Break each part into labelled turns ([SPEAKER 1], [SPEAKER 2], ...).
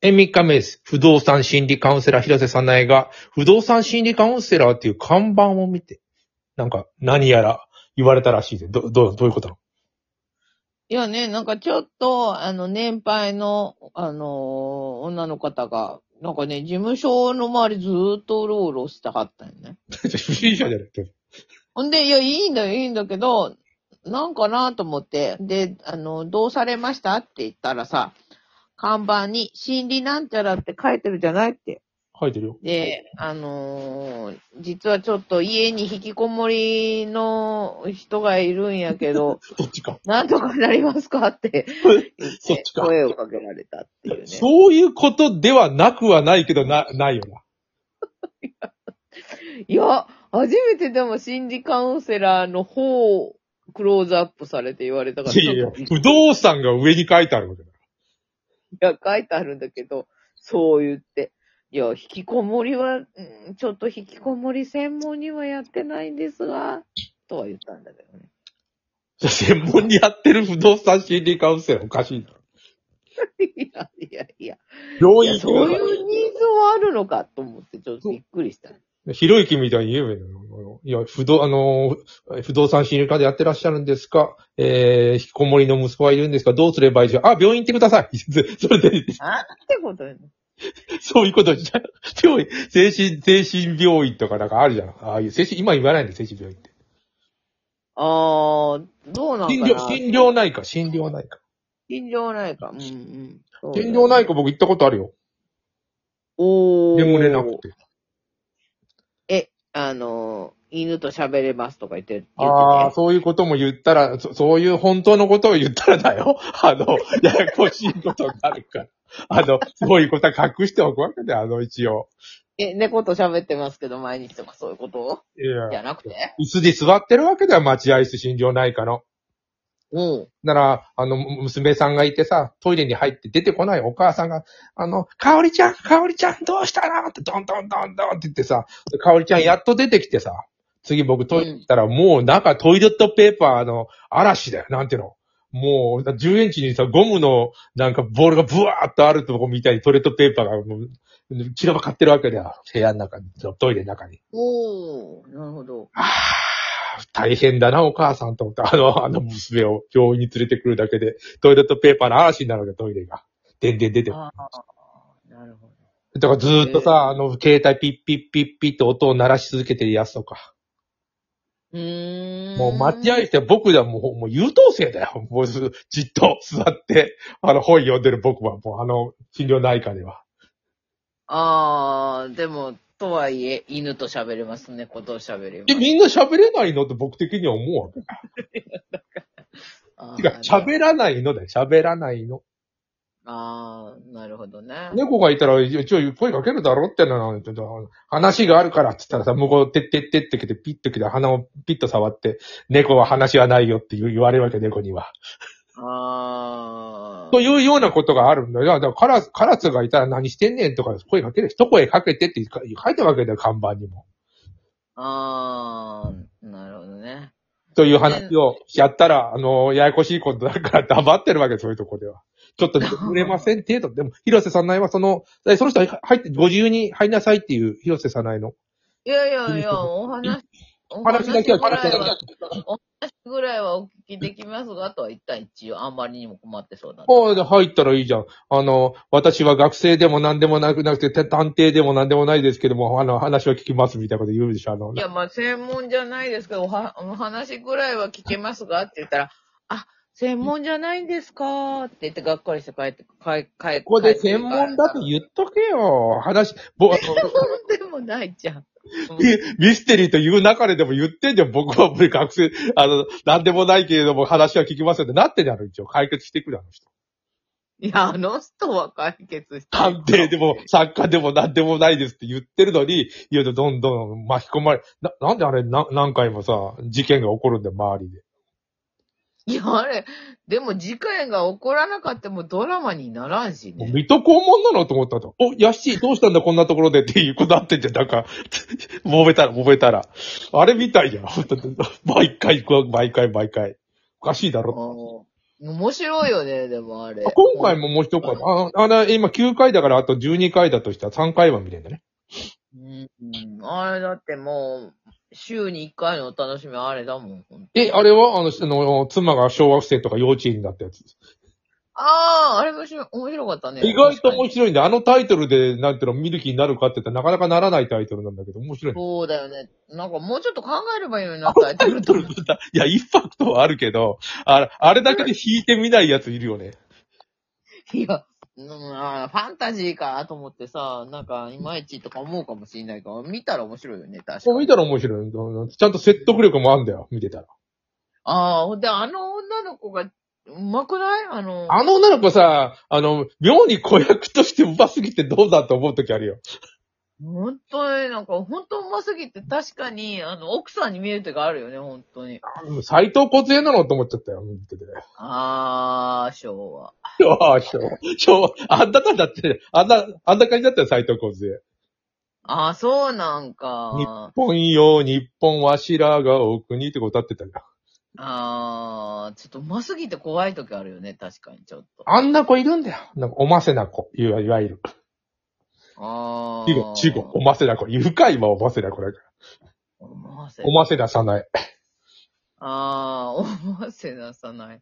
[SPEAKER 1] え、3日目です。不動産心理カウンセラー、広瀬さなえが、不動産心理カウンセラーっていう看板を見て、なんか、何やら言われたらしいで、ど、どう、どういうことなの
[SPEAKER 2] いやね、なんかちょっと、あの、年配の、あのー女の方が、なんかね、事務所の周りずーっとうろうろしてはったよね。
[SPEAKER 1] 初心者じゃなくて。
[SPEAKER 2] ほんで、いや、いいんだよ、いいんだけど、なんかなと思って、で、あの、どうされましたって言ったらさ、看板に、心理なんちゃらって書いてるじゃないって。
[SPEAKER 1] 書いてるよ。
[SPEAKER 2] で、あのー実はちょっと家に引きこもりの人がいるんやけど、
[SPEAKER 1] どっちか。
[SPEAKER 2] なんとかなりますか って言っ
[SPEAKER 1] そってちか
[SPEAKER 2] 声をかけられたっていうね。
[SPEAKER 1] そういうことではなくはないけど、な、ないよな。
[SPEAKER 2] いや、初めてでも心理カウンセラーの方をクローズアップされて言われたから、
[SPEAKER 1] いやい
[SPEAKER 2] ち
[SPEAKER 1] や
[SPEAKER 2] ょっと、
[SPEAKER 1] 不動産が上に書いてあるわけだ。
[SPEAKER 2] いや、書いてあるんだけど、そう言って。いや、引きこもりは、うんちょっと引きこもり専門にはやってないんですが、とは言ったんだけどね。
[SPEAKER 1] 専門にやってる不動産心理カウンセラーおかしいな。
[SPEAKER 2] いや、いや、いや。
[SPEAKER 1] 病
[SPEAKER 2] いや
[SPEAKER 1] 院
[SPEAKER 2] そういうニーズはあるのかと思って、ちょっとびっくりした。
[SPEAKER 1] ひろゆきみたいに言えばいいのよいや、不動、あのー、不動産心理課でやってらっしゃるんですかえー、引きこもりの息子はいるんですかどうすればいいですかあ、病院行ってください。 それで、
[SPEAKER 2] なんてことよね。
[SPEAKER 1] そういうことじゃん、病院、精神、精神病院とかなんかあるじゃん。ああいう、精神、今言わないんで、精神病院って。
[SPEAKER 2] あー、どうなん
[SPEAKER 1] 心
[SPEAKER 2] かな
[SPEAKER 1] 療、心療内科、心療内科。
[SPEAKER 2] 心療内科。うんうん。そうだね
[SPEAKER 1] 心療内科僕行ったことあるよ。
[SPEAKER 2] おー。
[SPEAKER 1] 眠れなくて。
[SPEAKER 2] あの、犬と喋れますとか言ってる。言
[SPEAKER 1] ああ、
[SPEAKER 2] って
[SPEAKER 1] そういうことも言ったらそ、そういう本当のことを言ったらだよ。 あの、ややこしいことになるから。あの、そういうことは隠しておくわけだよ、あの、一応。
[SPEAKER 2] てえ、猫と喋ってますけど、毎日とかそういうこと
[SPEAKER 1] い
[SPEAKER 2] じ
[SPEAKER 1] や、
[SPEAKER 2] ゃなくて
[SPEAKER 1] 椅子に座ってるわけだよ、待合室心療内科の。
[SPEAKER 2] うん。
[SPEAKER 1] なら、あの、む娘さんがいてさ、トイレに入って出てこないお母さんが、あの、かおりちゃん、かおりちゃん、どうしたのって、どんどんどんどんって言ってさ、かおりちゃんやっと出てきてさ、次僕トイレ行ったら、もう中トイレットペーパーの嵐だよ、なんていうの。もう、10インチにさ、ゴムの、なんか、ボールがブワーっとあるとこみたいにトイレットペーパーが、もう、散らばかってるわけだよ。部屋の中に、トイレの中に。
[SPEAKER 2] おー、なるほど。
[SPEAKER 1] 大変だな、お母さんと思って、あの、あの娘を病院に連れてくるだけで、トイレットペーパーの嵐になるわけ、トイレが。でんでん出て。だ
[SPEAKER 2] ああ、なるほど。
[SPEAKER 1] からずーっとさ、あの、携帯ピッピッピッピッと音を鳴らし続けてるやつとか。
[SPEAKER 2] うーん。
[SPEAKER 1] もう待ち合いして僕だ、もう、もう優等生だよ。もうず、じっと座って、あの、本読んでる僕は、もうあの、診療内科では。
[SPEAKER 2] ああ、でも、とはいえ、犬と喋れます、猫と喋れ
[SPEAKER 1] で、
[SPEAKER 2] ます。
[SPEAKER 1] みんな喋れないのって僕的には思うわけ。
[SPEAKER 2] あー
[SPEAKER 1] てか、喋らないのだよ、喋らないの。
[SPEAKER 2] ああ、なるほどね。
[SPEAKER 1] 猫がいたら、一応声かけるだろってのは、ちょっと話があるからって言ったらさ、向こう、てってってってきて、ピッと来て、鼻をピッと触って、猫は話はないよって言う言われるわけ、猫には。
[SPEAKER 2] ああ。
[SPEAKER 1] というようなことがあるんだよ。だから、カラス、カラスがいたら何してんねんとか、声かける、一声かけてって書い書いてるわけだよ、看板にも。
[SPEAKER 2] ああ、なるほどね。
[SPEAKER 1] という話をやったら、あの、ややこしいことだから黙ってるわけ、そういうとこでは。ちょっと眠れません程度。でも、広瀬さんないはその、えその人は入って、ご自由に入りなさいっていう、広瀬さないの。
[SPEAKER 2] いやいやいや、お話、お話
[SPEAKER 1] 話だけは
[SPEAKER 2] ぐ
[SPEAKER 1] 聞
[SPEAKER 2] ら
[SPEAKER 1] い
[SPEAKER 2] い
[SPEAKER 1] て
[SPEAKER 2] は、お話ぐらいはお聞きできますが、あとは一旦一応、あんまりにも困ってそうだな。
[SPEAKER 1] ああ、で入ったらいいじゃん。あの、私は学生でも何でもなくなくて、て探偵でも何でもないですけども、あの、話は聞きますみたいなこと言うでしょ、あの
[SPEAKER 2] い。や、まあ、専門じゃないですけど、おはお話ぐらいは聞けますがって言ったら、あ、専門じゃないんですかって言って、がっかりして帰って、帰、帰、帰
[SPEAKER 1] ここで専門だと
[SPEAKER 2] う。
[SPEAKER 1] 言っとけよ。話、ぼ、あの
[SPEAKER 2] 専門でもないじゃん。
[SPEAKER 1] ミミ ステリーという中ででも言ってんじゃん。僕は学生、あの、何でもないけれども話は聞きますよってなってんじゃん、一応。解決してくる、あの人。
[SPEAKER 2] いや、あの人は解決して。
[SPEAKER 1] 探偵でも、作家でも何でもないですって言ってるのに、言うとどんどん巻き込まれ、な、なんであれ、な何回もさ、事件が起こるんだよ、周りで。
[SPEAKER 2] いや、あれ、でも事件が起こらなかったもドラマにならんし
[SPEAKER 1] もう
[SPEAKER 2] ね。
[SPEAKER 1] 水戸黄門なのと思ったと。お、ヤッシーどうしたんだこんなところでっていうことあってんじゃん。なんか、 揉めたら、揉めたら。 あれみたいじゃん。だって毎回、毎回、毎回。おかしいだろ。
[SPEAKER 2] おー面白いよね、でもあれ。
[SPEAKER 1] 今回ももう一回、あ、あだ今9回だからあと12回だとしたら3回は見れるんだね。
[SPEAKER 2] うん。うん。あれだってもう、週に1回のお楽しみはあれだもん。ほんと
[SPEAKER 1] え、あれはあの、あの、妻が小学生とか幼稚園になったやつ。
[SPEAKER 2] ああ、あれもし面白かったね。
[SPEAKER 1] 意外と面
[SPEAKER 2] 白い。
[SPEAKER 1] 白いんで、あのタイトルで、なんていうの、見る気になるかって言ったらなかなかならないタイトルなんだけど、面白い。
[SPEAKER 2] そうだよね。なんかもうちょっと考えればいいのになった
[SPEAKER 1] タイトルだ。いや、インパクトはあるけど、あれ、あれだけで弾いてみないやついるよね。
[SPEAKER 2] いや、うん、あーファンタジーかと思ってさ、なんか、いまいちとか思うかもしれないから、見たら面白いよね、確か
[SPEAKER 1] そう
[SPEAKER 2] に。
[SPEAKER 1] 見たら面白いうん。ちゃんと説得力もあるんだよ、見てたら。
[SPEAKER 2] ああ、ほんで、あの女の子が、うまくないあの、
[SPEAKER 1] あの女の子さ、あの、妙に子役として上手すぎてどうだと思う時あるよ。
[SPEAKER 2] 本当になんか、本当うますぎて、確かに、あの、奥さんに見える時あるよね、本当に。
[SPEAKER 1] 斎藤梢なのと思っちゃったよ、見てて。
[SPEAKER 2] ああ、昭和。
[SPEAKER 1] ああ、しょう、しょう、あんな感じだって、あんな、あんな感じだったよ、斎藤梢。
[SPEAKER 2] ああ、そうなん
[SPEAKER 1] 日
[SPEAKER 2] か。
[SPEAKER 1] 本よ、日本わしらがお国って歌ってたよ。
[SPEAKER 2] ああ、ちょっとうますぎて怖い時あるよね、確かに、ちょっと。
[SPEAKER 1] あんな子いるんだよ。なんか、おませな子、いわいわゆる。
[SPEAKER 2] ああ。
[SPEAKER 1] 死後、死後、おませな子。いるか、今、おませな子だから。
[SPEAKER 2] 思わせ
[SPEAKER 1] おませなさない。
[SPEAKER 2] ああ、思わせなさない。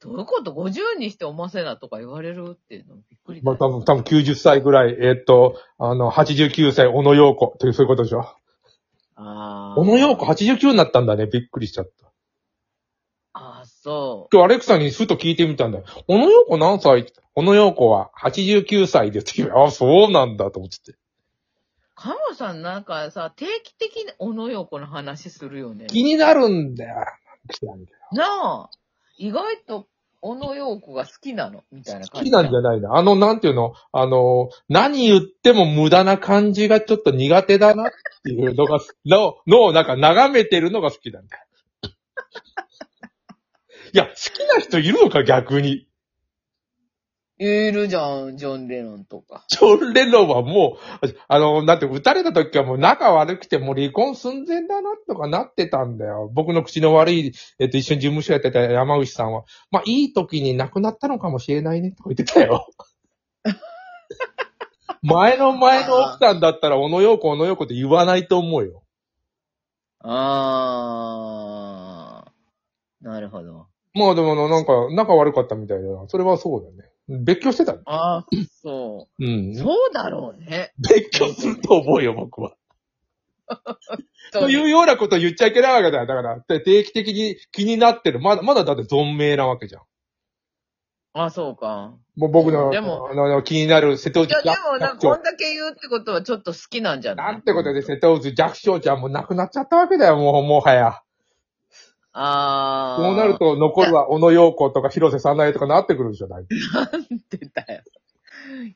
[SPEAKER 2] どういうこと ?50 にして思わせなとか言われるっていうのびっくりだ
[SPEAKER 1] まあ、
[SPEAKER 2] よ
[SPEAKER 1] 多分、多分90歳ぐらい、えーっと、あの、89歳、小野洋子という、そういうことでしょ。
[SPEAKER 2] ああ。
[SPEAKER 1] 小野洋子89になったんだね。びっくりしちゃった。
[SPEAKER 2] ああ、そ
[SPEAKER 1] 今日アレクサにふと聞いてみたんだよ。小野洋子何歳って小野洋子は89歳ですって言うあ、そうなんだと思ってて。
[SPEAKER 2] う。カモさんなんかさ、定期的に小野洋子の話するよね。
[SPEAKER 1] 気になるんだよ。
[SPEAKER 2] なあ意外と小野洋子が好きなのみたいな
[SPEAKER 1] 好
[SPEAKER 2] 感
[SPEAKER 1] き
[SPEAKER 2] じ。
[SPEAKER 1] なんじゃないのあの、なんていうのあの、何言っても無駄な感じがちょっと苦手だなっていうのが、の、のをなんか眺めてるのが好きなんだよ。いや、好きな人いるのか逆に。
[SPEAKER 2] いるじゃん、ジョン・レノンとか。
[SPEAKER 1] ジョン・レノンはもう、あの、だって撃たれた時はもう仲悪くてもう離婚寸前だなとかなってたんだよ。僕の口の悪い、えっと、一緒に事務所やってた山内さんは、まあいい時に亡くなったのかもしれないねとか言ってたよ。前の前の奥さんだったら、小野洋子、小野洋子って言わないと思うよ。
[SPEAKER 2] ああ。なるほど。
[SPEAKER 1] まあでもな、なんか、仲悪かったみたいだな。それはそうだね。別居してた。
[SPEAKER 2] ああ、そうう。
[SPEAKER 1] ん。
[SPEAKER 2] そうだろうね。
[SPEAKER 1] 別居すると思うよ、僕は。
[SPEAKER 2] と
[SPEAKER 1] というようなことを言っちゃいけないわけだよ。だから、で定期的に気になってる。まだ、まだだって存命なわけじゃん。
[SPEAKER 2] ああ、そうか。
[SPEAKER 1] もう僕の、
[SPEAKER 2] でも
[SPEAKER 1] あのあの気になる瀬戸
[SPEAKER 2] い
[SPEAKER 1] 内
[SPEAKER 2] や、でも、なんか、こ
[SPEAKER 1] 寂
[SPEAKER 2] んだけ言うってことは、ちょっと好きなんじゃ
[SPEAKER 1] 聴な
[SPEAKER 2] ない
[SPEAKER 1] んてことで。瀬戸内寂聴ちゃんも亡くなっちゃったわけだよ、もう、もはや。
[SPEAKER 2] あー。
[SPEAKER 1] そうなる。と、残るは小野洋子とか広瀬さなえとかなってくるでしょ、大体。
[SPEAKER 2] なんてだよ。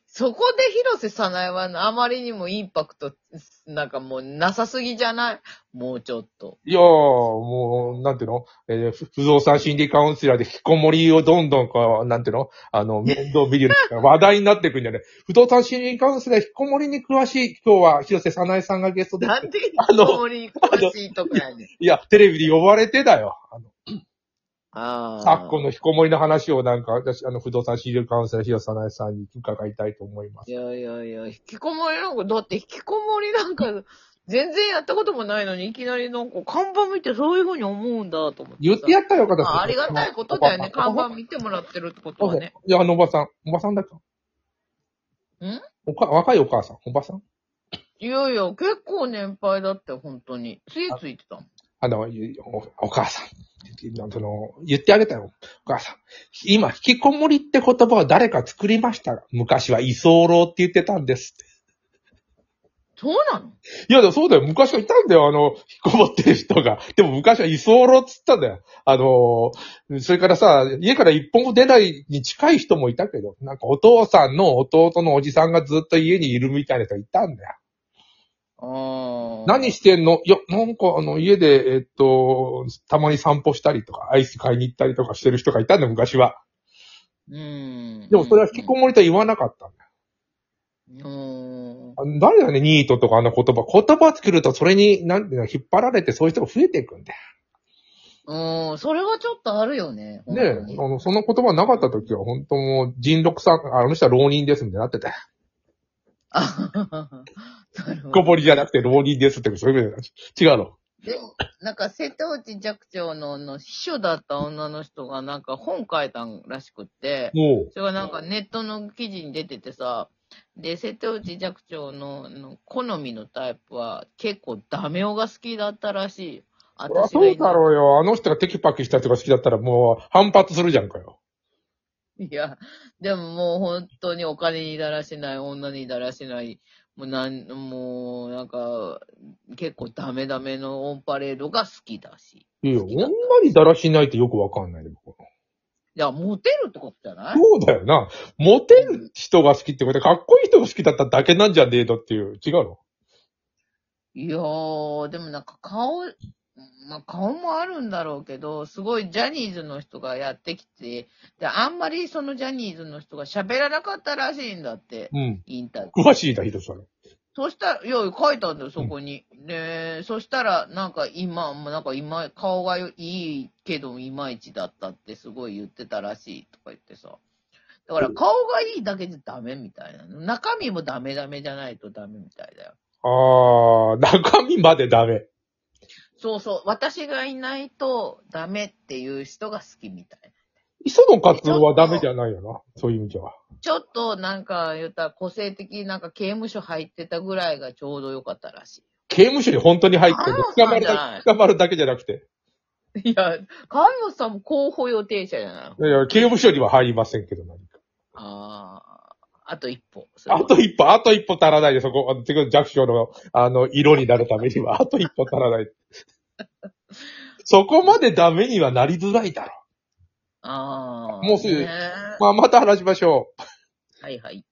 [SPEAKER 2] そこで広瀬さないは、あまりにもインパクト、なんかもう、なさすぎじゃないもうちょっと。
[SPEAKER 1] いやー、もう、なんていうのえーふ不動産心理カウンセラーで引きこもりをどんどんこう、なんていうのあの、面倒見るように話題になっていくんじゃない不動産心理カウンセラー引きこもりに詳しい、今日は広瀬さなえさんがゲストで。
[SPEAKER 2] なんで、
[SPEAKER 1] あの
[SPEAKER 2] こに詳しいとかやね
[SPEAKER 1] い
[SPEAKER 2] ん。
[SPEAKER 1] や、テレビで呼ばれてだよ。あの
[SPEAKER 2] あー。
[SPEAKER 1] 昨今の引きこもりの話をなんか、私、あの、不動産資料カウンセラー、広瀬さなえさんに伺いたいと思います。
[SPEAKER 2] いやいやいや、引きこもりなんか、だって引きこもりなんか、全然やったこともないのに、いきなりなんか、看板見てそういうふうに思うんだと思ってさ。
[SPEAKER 1] 言ってやったらよかった
[SPEAKER 2] まあ、ありがたいことだよね。看板見てもらってるってことはね。
[SPEAKER 1] いや、あの、おばさん。おばさんだっか
[SPEAKER 2] ん
[SPEAKER 1] おか、若いお母さん。おばさん
[SPEAKER 2] いやいや、結構年配だって、本当に。ついついてたもん。
[SPEAKER 1] あの、ゆおお母さん。その、言ってあげたよ。お母さん。今、引きこもりって言葉を誰か作りましたが、昔は居候って言ってたんですって。
[SPEAKER 2] そうなの
[SPEAKER 1] いや、でもそうだよ。昔はいたんだよ。あの、引っこもってる人が。でも昔は居候っつったんだよ。あのー、それからさ、家から一本も出ないに近い人もいたけど、なんかお父さんの弟のおじさんがずっと家にいるみたいな人がいたんだよ。
[SPEAKER 2] ああ。
[SPEAKER 1] 何してんのいや、なんかあの、家で、えっと、たまに散歩したりとか、アイス買いに行ったりとかしてる人がいたんだよ、昔は。
[SPEAKER 2] うん。
[SPEAKER 1] でもそれは引きこもりとは言わなかったんだよ。
[SPEAKER 2] うん。
[SPEAKER 1] あの誰だよね、ニートとかあの言葉。言葉作るとそれに、なんていうの、引っ張られてそういう人が増えていくんだよ。
[SPEAKER 2] うん、それはちょっとあるよね。
[SPEAKER 1] ねえ、あの、その言葉なかった時は、本当もう、人六さん、ああの人は浪人ですみたいになってて、
[SPEAKER 2] あはははなるほ
[SPEAKER 1] ご
[SPEAKER 2] ど。
[SPEAKER 1] ぼりじゃなくて浪人ですって、そういう意味だ違うの。
[SPEAKER 2] でも、なんか、瀬戸内寂聴のあの秘書だった女の人が、なんか本書いたんらしくっ て、
[SPEAKER 1] もう、
[SPEAKER 2] それがなんかネットの記事に出ててさ、で、瀬戸内寂聴のあの好みのタイプは結構ダメ男が好きだったらしい。
[SPEAKER 1] そりゃ
[SPEAKER 2] 私が
[SPEAKER 1] そう
[SPEAKER 2] 今
[SPEAKER 1] だろうよ。あの人がテキパキした人が好きだったら、もう、反発するじゃんかよ。
[SPEAKER 2] いや、でももう本当にお金にだらしない、女にだらしない、もうなん、もうなんか、結構ダメダメのオンパレードが好きだし。
[SPEAKER 1] いや、
[SPEAKER 2] 好きだ
[SPEAKER 1] 女にだらしないってよくわかんないね、僕は。
[SPEAKER 2] いや、モテるってことじゃない
[SPEAKER 1] そうだよな。モテる人が好きってことは、かっこいい人が好きだっただけなんじゃねえのっていう。違うの
[SPEAKER 2] いやー、でもなんか顔、まあ顔もあるんだろうけど、すごいジャニーズの人がやってきて、で、あんまりそのジャニーズの人が喋らなかったらしいんだって、
[SPEAKER 1] うん。
[SPEAKER 2] インタビュー。
[SPEAKER 1] 詳しいな、ヒデさん。
[SPEAKER 2] そしたら、いや、書いたんだよ、そこに。で、そしたら、なんか今、もうなんか今、顔がいいけど、いまいちだったってすごい言ってたらしいとか言ってさ。だから、顔がいいだけじゃダメみたいな。中身もダメダメじゃないとダメみたいだよ。
[SPEAKER 1] あー、中身までダメ。
[SPEAKER 2] そうそう、私がいないとダメっていう人が好きみたい
[SPEAKER 1] 磯野カツオはダメじゃないよな。そういう意味じゃ。
[SPEAKER 2] な。ちょっと、なんか言ったら個性的、なんか刑務所入ってたぐらいがちょうど良かったらしい。
[SPEAKER 1] 刑務所に本当に入ってる
[SPEAKER 2] あ。ー
[SPEAKER 1] 捕まる
[SPEAKER 2] そう
[SPEAKER 1] だ
[SPEAKER 2] なんだ
[SPEAKER 1] け、捕まるだけじゃなくて。
[SPEAKER 2] いや、川本さんも候補予定者じゃないの
[SPEAKER 1] いや、刑務所には入りませんけど、何か。
[SPEAKER 2] ああ、あと一歩。それは
[SPEAKER 1] あと一歩、あと一歩足らないで、そこ、あの、てか弱小の、あの、色になるために は、あと一歩足らない。そこまでダメにはなりづらいだろ
[SPEAKER 2] ああ。
[SPEAKER 1] もうすぐ
[SPEAKER 2] ねえ
[SPEAKER 1] う。まあ、また話しましょう。
[SPEAKER 2] はいはい。